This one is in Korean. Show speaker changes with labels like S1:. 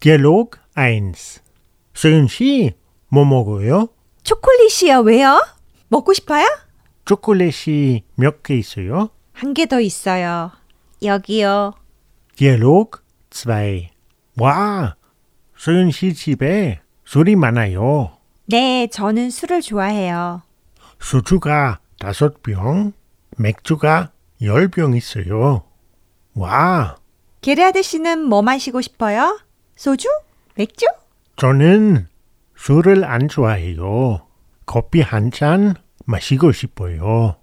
S1: Dialog 1. 세윤 씨, 뭐 먹어요?
S2: 초콜릿이야 왜요? 먹고 싶어요?
S1: 초콜릿이 몇 개 있어요?
S2: 한 개 더 있어요. 여기요.
S1: Dialog 2. 와, 세윤 씨 집에 술이 많아요.
S2: 네, 저는 술을 좋아해요.
S1: 소주가 다섯 병, 맥주가 열 병 있어요. 와,
S2: 게르하드 씨는 뭐 마시고 싶어요? 소주? 맥주?
S1: 저는 술을 안 좋아해요. 커피 한 잔 마시고 싶어요.